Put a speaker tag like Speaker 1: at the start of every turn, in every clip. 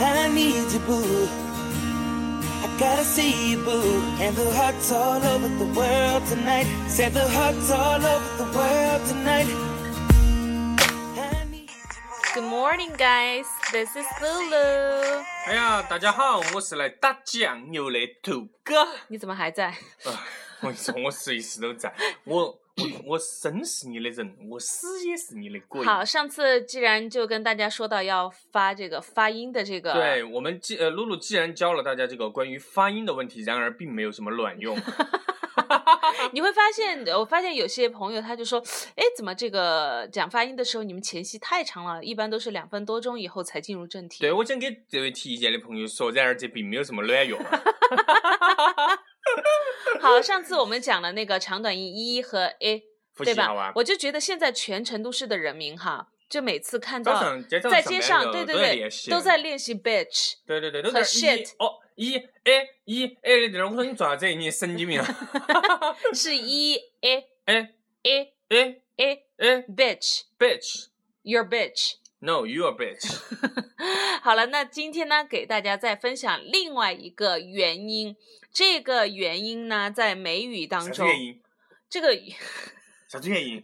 Speaker 1: I need you, boo. I gotta see you, boo. And the hearts all over the world tonight. Said the hearts all over the world tonight. I need
Speaker 2: Good morning, guys. This is Lulu.
Speaker 3: 哎呀，大家好，我是来打酱油的豆哥。
Speaker 2: 你怎么还在？
Speaker 3: 啊，我跟你说，我随时都在。我我我生是你的人，我死也是你的鬼。
Speaker 2: 好，上次既然就跟大家说到要发这个发音的这个，
Speaker 3: 对，我们既呃，露露既然教了大家这个关于发音的问题，然而并没有什么卵用。
Speaker 2: 你会发现，我发现有些朋友他就说，哎，怎么这个讲发音的时候你们前戏太长了，一般都是两分多钟以后才进入正题。
Speaker 3: 对，我想给这位提意见的朋友说，然而这并没有什么卵用。
Speaker 2: 好，上次我们讲了那个长短音一和 a，
Speaker 3: 复
Speaker 2: 对
Speaker 3: 习好吧
Speaker 2: 吧？？我就觉得现在全成都市的人民哈，就每次看
Speaker 3: 早
Speaker 2: 到
Speaker 3: 上在早
Speaker 2: 在
Speaker 3: 上
Speaker 2: 街
Speaker 3: 上
Speaker 2: 上，对
Speaker 3: 班
Speaker 2: 对
Speaker 3: 的都在
Speaker 2: 对
Speaker 3: 练，习，
Speaker 2: 都在练习 bitch。
Speaker 3: 对对对，都
Speaker 2: 和
Speaker 3: 在一
Speaker 2: shit
Speaker 3: 哦一哎一哎的地儿，我说你做啥子？你神经病啊！
Speaker 2: 是一 a
Speaker 3: 哎
Speaker 2: a
Speaker 3: 哎
Speaker 2: a
Speaker 3: 哎
Speaker 2: bitch
Speaker 3: ，bitch。
Speaker 2: your bitch。
Speaker 3: No, you a bitch 。
Speaker 2: 好了，那今天呢，给大家再分享另外一个元音。这个元音呢，在美语当
Speaker 3: 啥子
Speaker 2: 中，
Speaker 3: 原因？
Speaker 2: 这个
Speaker 3: 啥子原因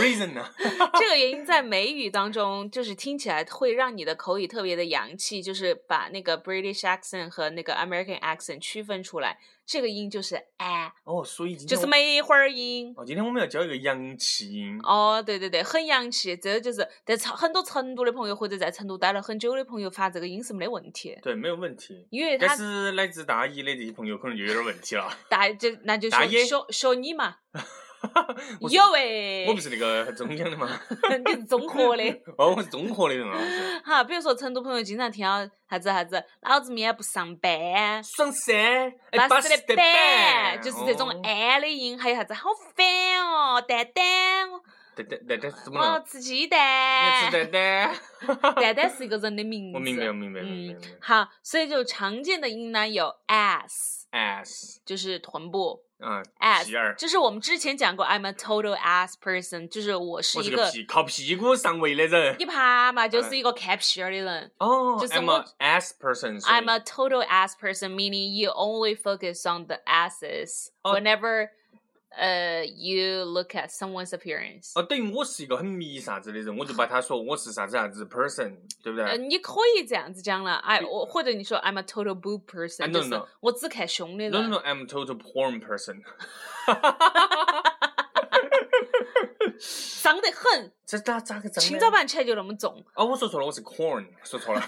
Speaker 3: ？Reason 呢？
Speaker 2: 这个元音在美语当中，就是听起来会让你的口语特别的洋气，就是把那个 British accent 和那个 American accent 区分出来。这个音就是 a，
Speaker 3: 哦，所以今天
Speaker 2: 就是
Speaker 3: 我
Speaker 2: 梅花儿音。
Speaker 3: 哦，今天我们要教一个洋气音。
Speaker 2: 哦，对对对，很洋气，这个就是在成很多成都的朋友或者在成都待了很久的朋友发这个音是没得问题的，
Speaker 3: 对，没有问题。
Speaker 2: 因为
Speaker 3: 但
Speaker 2: 他
Speaker 3: 是来自大一的这些朋友可能就有点问题 了。
Speaker 2: 大就那就
Speaker 3: 大
Speaker 2: 学
Speaker 3: 爷
Speaker 2: 学学你嘛，
Speaker 3: 我是
Speaker 2: 有喂，
Speaker 3: 我不是那个中央的嘛，
Speaker 2: 你是综合的
Speaker 3: 哦，我是中和的人 啊。我
Speaker 2: 哈，比如说成都朋友经常听到啥子啥子，老子明天不上班。
Speaker 3: 是上山，哎
Speaker 2: 巴
Speaker 3: 巴
Speaker 2: 适
Speaker 3: 适
Speaker 2: 的
Speaker 3: 的
Speaker 2: 板，就是这种哎
Speaker 3: 哦
Speaker 2: 安的音，还有啥子好烦哦，蛋蛋，
Speaker 3: 蛋蛋蛋蛋是什
Speaker 2: 我
Speaker 3: 么
Speaker 2: 要
Speaker 3: 了？
Speaker 2: 吃鸡
Speaker 3: 嗯你要
Speaker 2: 蛋
Speaker 3: 吃，蛋 蛋？
Speaker 2: 蛋蛋是一个人的名字。
Speaker 3: 我明白，我明白，
Speaker 2: 嗯
Speaker 3: 明白明，白。
Speaker 2: 好，所以就常见的音呢有 ass，
Speaker 3: ass，
Speaker 2: 就是臀部
Speaker 3: 嗯
Speaker 2: ass，
Speaker 3: 皮儿，
Speaker 2: 就是我们之前讲过 I'm a total ass person，就是我是
Speaker 3: 我
Speaker 2: 一
Speaker 3: 是个
Speaker 2: 个
Speaker 3: 屁靠屁股上位的人
Speaker 2: 一。趴嘛，就是一个看屁眼儿的人。
Speaker 3: 哦
Speaker 2: 就是
Speaker 3: ，I'm
Speaker 2: 我
Speaker 3: a ass person，所以
Speaker 2: I'm a total ass person, meaning you only focus on the asses
Speaker 3: 哦
Speaker 2: whenever, uh, you look at someone's appearance.
Speaker 3: 哦，等于我是一个很迷啥子的人，我就把他说我是啥子啥子 person，对不
Speaker 2: 呃，
Speaker 3: 对？
Speaker 2: 你可以这样子讲了，哎，我或者你说 I'm a total boob person，、
Speaker 3: 哎
Speaker 2: 就
Speaker 3: ，no，no，
Speaker 2: 是
Speaker 3: no
Speaker 2: 我只看胸的人。
Speaker 3: No no no，I'm a total porn person。
Speaker 2: 脏得很，
Speaker 3: 这咋咋个整？
Speaker 2: 清早。盘起来就那么 重。
Speaker 3: 哦，我说错了，我是 corn，说错了。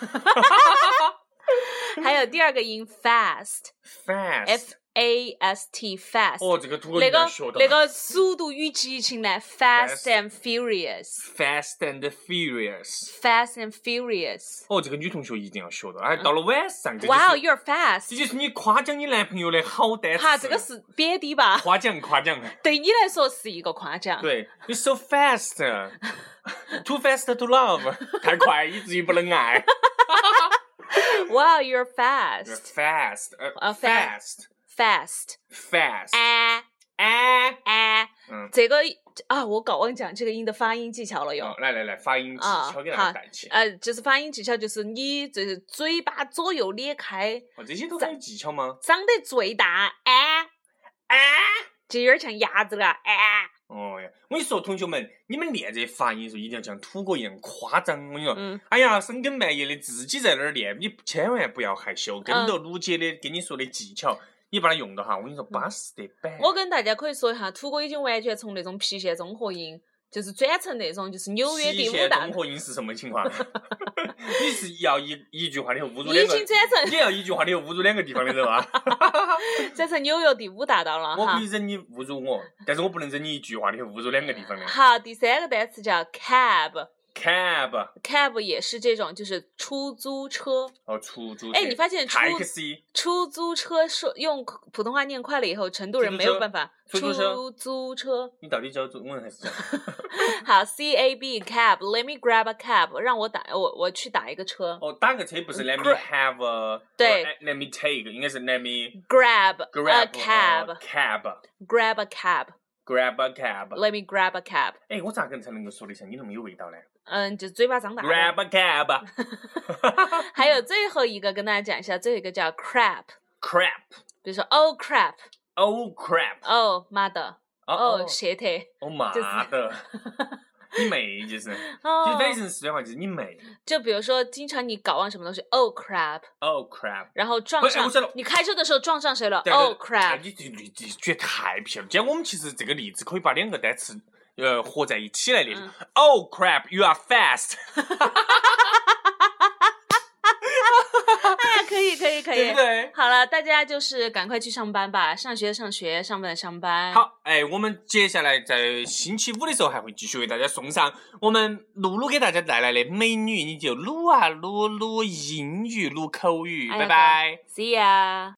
Speaker 2: 还有第二个音 fast，f
Speaker 3: Fast。
Speaker 2: a s t，fast。
Speaker 3: 哦，这个图
Speaker 2: 那
Speaker 3: 你
Speaker 2: 个
Speaker 3: 学到。
Speaker 2: 那个速度与激情呢，Fast
Speaker 3: Fast
Speaker 2: and Furious，Fast
Speaker 3: Fast and Furious。
Speaker 2: and Furious。
Speaker 3: 哦，这个女同学一定要学到。哎，到了晚上，这就
Speaker 2: 哇哦
Speaker 3: 是
Speaker 2: ，You're
Speaker 3: 这
Speaker 2: fast！
Speaker 3: 就是你夸奖你男朋友的好单词。
Speaker 2: 哈，这个是贬低吧？
Speaker 3: 夸奖夸奖。
Speaker 2: 对你来说是一个夸奖。
Speaker 3: 对，You're so fast，too fast to love，太快以至于不能爱。
Speaker 2: 哇哦，You're fast！Fast 啊
Speaker 3: 呃 fast，呃
Speaker 2: ，fast
Speaker 3: ，fast，fast，
Speaker 2: 啊
Speaker 3: 哎，
Speaker 2: 啊！
Speaker 3: 嗯，
Speaker 2: 这个啊，我搞忘讲这个音的发音技巧了哟
Speaker 3: 好。，哦来来来，发音技
Speaker 2: 啊
Speaker 3: 巧给
Speaker 2: 好
Speaker 3: 大家带起。
Speaker 2: 呃，就是发音技巧，就是你就是嘴巴左右咧开，
Speaker 3: 哦，这些都还有技巧吗？
Speaker 2: 张得最大，啊啊，就有点像鸭子了，啊。
Speaker 3: 哦呀，我跟你说，同学们，你们练这些发音的时候，一定要像土狗一样夸张。我跟你说，
Speaker 2: 嗯
Speaker 3: 哎呀，深更半夜的自己在那儿练，你千万不要害羞，跟
Speaker 2: 嗯
Speaker 3: 着卢姐的跟你说的技巧，你把它用到哈。我跟你说，巴适得板。
Speaker 2: 我跟大家可以说一下，土狗已经完全从那种郫县综合音，就是转成那种就是纽约第
Speaker 3: 极
Speaker 2: 五
Speaker 3: 限
Speaker 2: 大
Speaker 3: 综，合音是什么情况？啊 你是要一一句话里头侮辱
Speaker 2: 已
Speaker 3: 两
Speaker 2: 经
Speaker 3: 个，
Speaker 2: 转成
Speaker 3: 你要一句话里头侮辱两个地方的人啊！
Speaker 2: 转成纽约第五大道了
Speaker 3: 我
Speaker 2: 啊哈
Speaker 3: 可以。忍你侮辱我，但是我不能忍你一句话里头侮辱两个地方的。
Speaker 2: 好，第三个单词叫 cab，cab
Speaker 3: cab
Speaker 2: 也是这种就是出租车。
Speaker 3: 哦，出租车。
Speaker 2: 哎，你发现出
Speaker 3: taxi
Speaker 2: 出租车说用普通话念快了以后，成都人
Speaker 3: 出租
Speaker 2: 没
Speaker 3: 车
Speaker 2: 有办法。
Speaker 3: 出租车
Speaker 2: 出租车，
Speaker 3: 你到底教中文还是 教？
Speaker 2: 好，C A B cab，let me grab a cab，让我打我我去打一个车
Speaker 3: 哦，打个车不是 let me
Speaker 2: Grab
Speaker 3: have a
Speaker 2: 对
Speaker 3: 哦哎，let me take 应该是 let me
Speaker 2: ，grab
Speaker 3: grab 哦
Speaker 2: a
Speaker 3: a cab
Speaker 2: cab，grab a cab，
Speaker 3: grab a cab。
Speaker 2: Let me grab a cab。
Speaker 3: 哎，我咋个才能够说得像你那么有味道呢
Speaker 2: 嗯，就嘴巴张大。
Speaker 3: ？grab a cab。
Speaker 2: 还有最后一个跟大家讲一下，最后一个叫 crap，
Speaker 3: crap。
Speaker 2: 比如说 oh crap，oh
Speaker 3: Oh crap。
Speaker 2: mother，oh
Speaker 3: 哦
Speaker 2: shit，
Speaker 3: 哦妈的！ 你妹就是，就
Speaker 2: 哦，
Speaker 3: 反正四川话就是你妹。
Speaker 2: 就比如说经常你搞忘什么东西，oh crap，
Speaker 3: Oh crap。
Speaker 2: 然后
Speaker 3: 不
Speaker 2: 撞
Speaker 3: 是哎
Speaker 2: 上
Speaker 3: 我知道
Speaker 2: 你开车的时候撞上谁了
Speaker 3: 对
Speaker 2: ，oh
Speaker 3: 哎
Speaker 2: crap，
Speaker 3: 你这你这举得太偏了。今天我们其实这个例子可以把两个单词呃合在一起来练
Speaker 2: 嗯
Speaker 3: 习。Oh crap, you are fast，
Speaker 2: 哎，可以可以可
Speaker 3: 对
Speaker 2: 以
Speaker 3: 不。对？
Speaker 2: 好了，大家就是赶快去上班吧，上学的上学，上班的上班。，
Speaker 3: 好，哎，我们接下来在星期五的时候还会继续为大家送上我们露露给大家带来的美女，你就撸啊撸撸英语撸口语，
Speaker 2: 哎呀
Speaker 3: 拜拜。
Speaker 2: ，See ya。